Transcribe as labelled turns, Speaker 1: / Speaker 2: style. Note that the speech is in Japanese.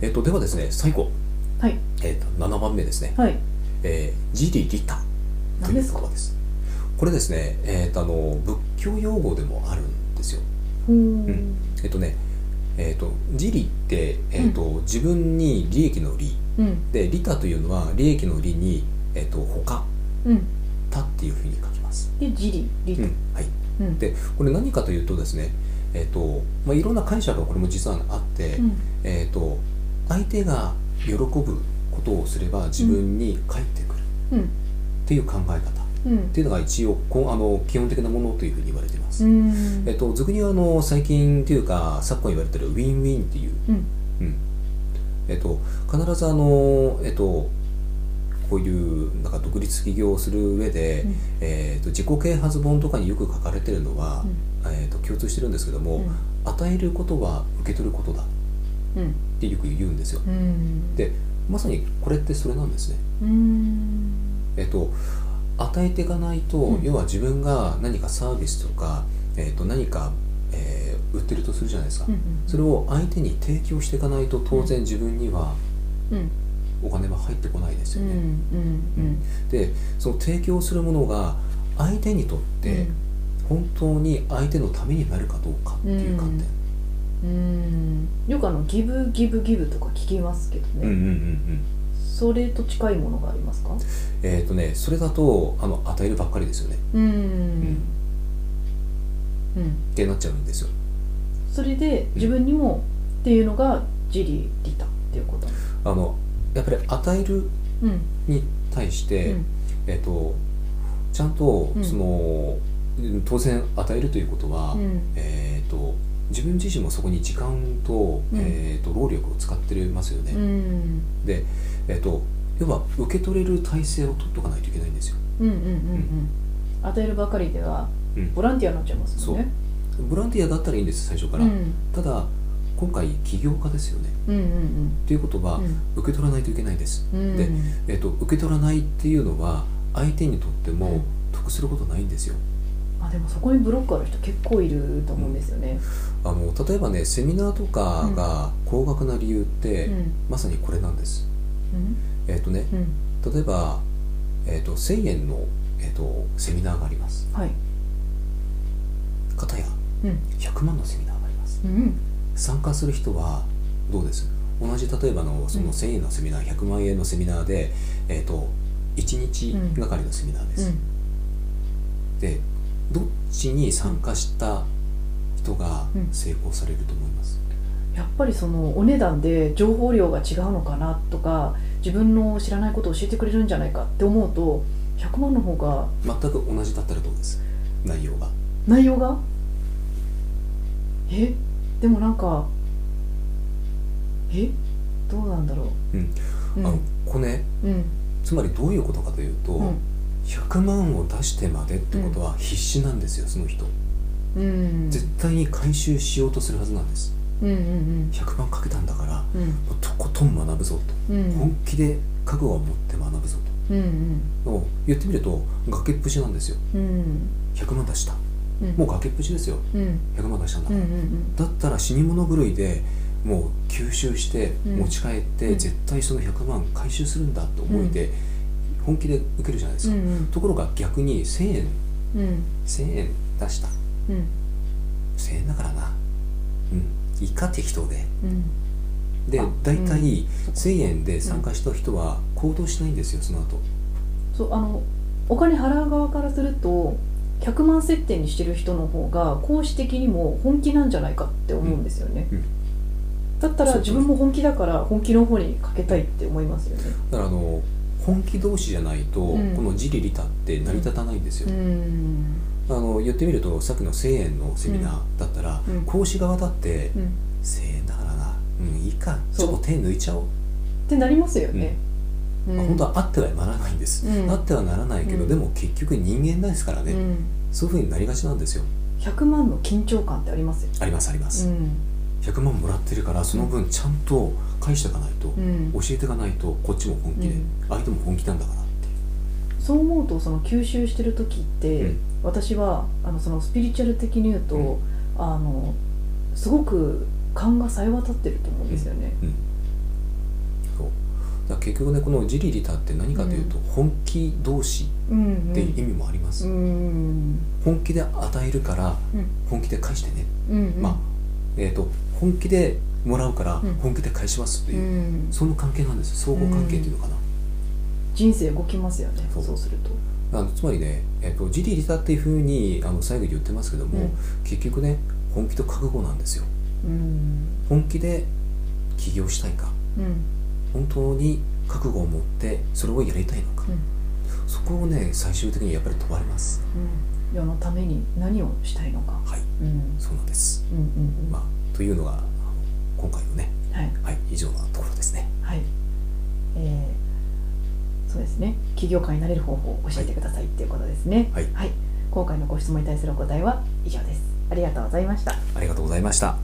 Speaker 1: えっと、ではですね最後、
Speaker 2: はい
Speaker 1: えっと、7番目ですね、
Speaker 2: はい
Speaker 1: えー、ジリリタと
Speaker 2: 何
Speaker 1: い
Speaker 2: で
Speaker 1: う
Speaker 2: す
Speaker 1: 言
Speaker 2: か
Speaker 1: 葉ですこれですね、えっとあの仏教用語でもあるんですよ
Speaker 2: うー
Speaker 1: うんえっとねえっとジリって、えっと自分に利益の利
Speaker 2: うん
Speaker 1: でリタというのは利益の利に、えっと他
Speaker 2: うん
Speaker 1: 他っていうふうに書きます、
Speaker 2: でジリリ
Speaker 1: う
Speaker 2: と
Speaker 1: んはい、
Speaker 2: うん
Speaker 1: でこれ何かというとですねえっ、と、まあ、いろんな解釈がこれも実はあって、
Speaker 2: うん
Speaker 1: えっ、と相手が喜ぶことをすれば自分に返ってくる
Speaker 2: うん
Speaker 1: っていう考え方っ
Speaker 2: うん
Speaker 1: ていうのが一応こうあの基本的なものというふうに言われています、
Speaker 2: うん
Speaker 1: えっと、俗にはあの最近というか昨今言われてるウィンウィンっていう、
Speaker 2: うん
Speaker 1: うんえっと、必ずあの、えっと、こういうなんか独立起業をする上で、
Speaker 2: うん
Speaker 1: えー、と自己啓発本とかによく書かれてるのは、えー、と共通してるんですけども、与えることは受け取ることだっ
Speaker 2: うん
Speaker 1: てよく言うんですよ
Speaker 2: うん
Speaker 1: でまさにこれってそれなんですね
Speaker 2: うん
Speaker 1: えっ、と与えていかないと、
Speaker 2: うん
Speaker 1: 要は自分が何かサービスとか、えー、と何か、えー売ってるとするじゃないですか、
Speaker 2: うんうん
Speaker 1: それを相手に提供していかないと当然自分には
Speaker 2: うん
Speaker 1: お金は入ってこないです
Speaker 2: う
Speaker 1: よ
Speaker 2: ん
Speaker 1: ね、
Speaker 2: うんうん
Speaker 1: でその提供するものが相手にとって本当に相手のためになるかどうかっていう観点、
Speaker 2: うんよくあのギブギブギブとか聞きますけど
Speaker 1: うんうん
Speaker 2: ね
Speaker 1: うんうん
Speaker 2: それと近いものがありますか
Speaker 1: えっ、とねそれだとあの与えるばっかりですよね
Speaker 2: うんうん
Speaker 1: ってなっちゃうんですよ
Speaker 2: それで自分にもっていうのがジリリタっていうこと
Speaker 1: あのやっぱり与える
Speaker 2: うん
Speaker 1: に対して、
Speaker 2: うん
Speaker 1: えっ、とちゃんと
Speaker 2: うん
Speaker 1: その、うん当然与えるということは、
Speaker 2: うん
Speaker 1: えっ、と自分自身もそこに時間と,、
Speaker 2: うん
Speaker 1: えー、と労力を使ってますよね、
Speaker 2: うん
Speaker 1: で、えっと要は受け取れる体制を取っとかないといけないんですよ
Speaker 2: うんうんうんうん与えるばかりでは
Speaker 1: うん
Speaker 2: ボランティアになっちゃいますもんね
Speaker 1: ボランティアだったらいいんです最初から、
Speaker 2: うん
Speaker 1: ただ今回起業家ですよね
Speaker 2: うんうん
Speaker 1: ということは、
Speaker 2: うん
Speaker 1: 受け取らないといけないです、
Speaker 2: うん
Speaker 1: でえっと受け取らないっていうのは相手にとって
Speaker 2: うん
Speaker 1: も得することないんですよ
Speaker 2: あでもそこにブロックある人結構いると思うんですよね
Speaker 1: あの例えばねセミナーとかが高額な理由って、
Speaker 2: うん
Speaker 1: まさにこれなんです
Speaker 2: うん
Speaker 1: えっ、とね
Speaker 2: うん
Speaker 1: 例えば、えっと1000円の、えっとセミナーがあります
Speaker 2: はい
Speaker 1: かたや
Speaker 2: うん
Speaker 1: 100万のセミナーがあります
Speaker 2: うん
Speaker 1: 参加する人はどうです同じ例えばのその1000円のセミナー、100万円のセミナーで、えっと1日がかりのセミナーです、でどっちに参加した人が
Speaker 2: うん
Speaker 1: 成功されると思います、
Speaker 2: やっぱりそのお値段で情報量が違うのかなとか自分の知らないことを教えてくれるんじゃないかって思うと100万の方が
Speaker 1: 全く同じだったらどうです内容が
Speaker 2: 内容がえでもなんかえどうなんだろう
Speaker 1: う
Speaker 2: うんん
Speaker 1: あのこれね
Speaker 2: うん
Speaker 1: つまりどういうことかというと、
Speaker 2: うん
Speaker 1: 100万を出してまでってことは必死なんですよその人
Speaker 2: うん
Speaker 1: 絶対に回収しようとするはずなんです
Speaker 2: うんうん
Speaker 1: 100万かけたんだからも
Speaker 2: うん
Speaker 1: うとことん学ぶぞと
Speaker 2: うんうん
Speaker 1: 本気で覚悟を持って学ぶぞ
Speaker 2: うん
Speaker 1: とを言ってみると崖っぷちなんですよ
Speaker 2: うん
Speaker 1: 100万出した
Speaker 2: うん
Speaker 1: もう崖っぷちですよ
Speaker 2: うん
Speaker 1: 100万出したんだ
Speaker 2: う
Speaker 1: から、
Speaker 2: んうん
Speaker 1: だったら死に物狂いでもう吸収して
Speaker 2: うん
Speaker 1: 持ち帰って、
Speaker 2: うん
Speaker 1: 絶対その100万回収するんだと思いで本気で受けるじゃないです
Speaker 2: うんう
Speaker 1: か、
Speaker 2: ん
Speaker 1: ところが逆に1000円
Speaker 2: うん
Speaker 1: 1000円出した
Speaker 2: うん
Speaker 1: 1000円だからなうんいいか適当で
Speaker 2: うん
Speaker 1: で
Speaker 2: あ
Speaker 1: 大
Speaker 2: う
Speaker 1: 体1000円で参加した人は行動しないんですよその後
Speaker 2: そうあのお金払う側からすると100万設定にしてる人の方が講師的にも本気なんじゃないかって思うんですよね、
Speaker 1: うんうん
Speaker 2: だったら
Speaker 1: そう
Speaker 2: 自分も本気だから本気の方にかけたいって思いますよね
Speaker 1: だからあの本気同士じゃないと、
Speaker 2: うん
Speaker 1: このジリリタって成り立たないんですよ、
Speaker 2: ん
Speaker 1: あの言ってみるとさっきの1000円のセミナーだったら、
Speaker 2: うんうん
Speaker 1: 講師側だって
Speaker 2: うんっ
Speaker 1: 1000円だからなうんいいかち
Speaker 2: そう
Speaker 1: ょっと手抜いちゃおう、
Speaker 2: てなりますよね、うん
Speaker 1: まあ本当はあってはならないんです、
Speaker 2: うん
Speaker 1: あってはならないけど、
Speaker 2: うん
Speaker 1: でも結局人間なんですからね、
Speaker 2: うん、
Speaker 1: そういうふうになりがちなんですよ
Speaker 2: 100万の緊張感ってありますよ
Speaker 1: ありますあります、
Speaker 2: ん
Speaker 1: 100万もらってるからその分ちゃんと返していかないと、
Speaker 2: うん
Speaker 1: 教えていかないとこっちも本気で、
Speaker 2: うん
Speaker 1: 相手も本気なんだからっていう
Speaker 2: そう思うとその吸収してる時って、
Speaker 1: うん
Speaker 2: 私はあのそのスピリチュアル的に言うと、
Speaker 1: うん
Speaker 2: あのすごく勘がさえ渡ってると思うんですよね、
Speaker 1: うんそうだから結局ねこの「ジリリタ」って何かというと、本気同士
Speaker 2: うん
Speaker 1: っていう意味もあります、
Speaker 2: うん
Speaker 1: 本気で与えるから
Speaker 2: うん
Speaker 1: 本気で返してね、
Speaker 2: うん
Speaker 1: まあえー、と本気でもらうから
Speaker 2: うん
Speaker 1: 本気で返しますって
Speaker 2: う
Speaker 1: いう、
Speaker 2: ん
Speaker 1: その関係なんです相互関係っていうのかな、
Speaker 2: 人生動きますよね
Speaker 1: そう
Speaker 2: そうすると
Speaker 1: あのつまりね、えー、とジリリタっていうふうにあの最後に言ってますけども、
Speaker 2: うん
Speaker 1: 結局ね本気と覚悟なんですよ
Speaker 2: うん
Speaker 1: 本気で起業したいか
Speaker 2: うん
Speaker 1: 本当に覚悟を持ってそれをやりたいのか、
Speaker 2: うん
Speaker 1: そこをね最終的にやっぱり問われます
Speaker 2: うん世のために何をしたいのか
Speaker 1: はい
Speaker 2: うんうん
Speaker 1: そうなんです、
Speaker 2: うんうん
Speaker 1: まあ、というのがあの今回のね、
Speaker 2: はい
Speaker 1: はい、以上なところですね
Speaker 2: はいえーそうですね起業家になれる方法を教えてくださいっていうことですね
Speaker 1: はい
Speaker 2: 今回のご質問に対するお答えは以上ですありがとうございました
Speaker 1: ありがとうございました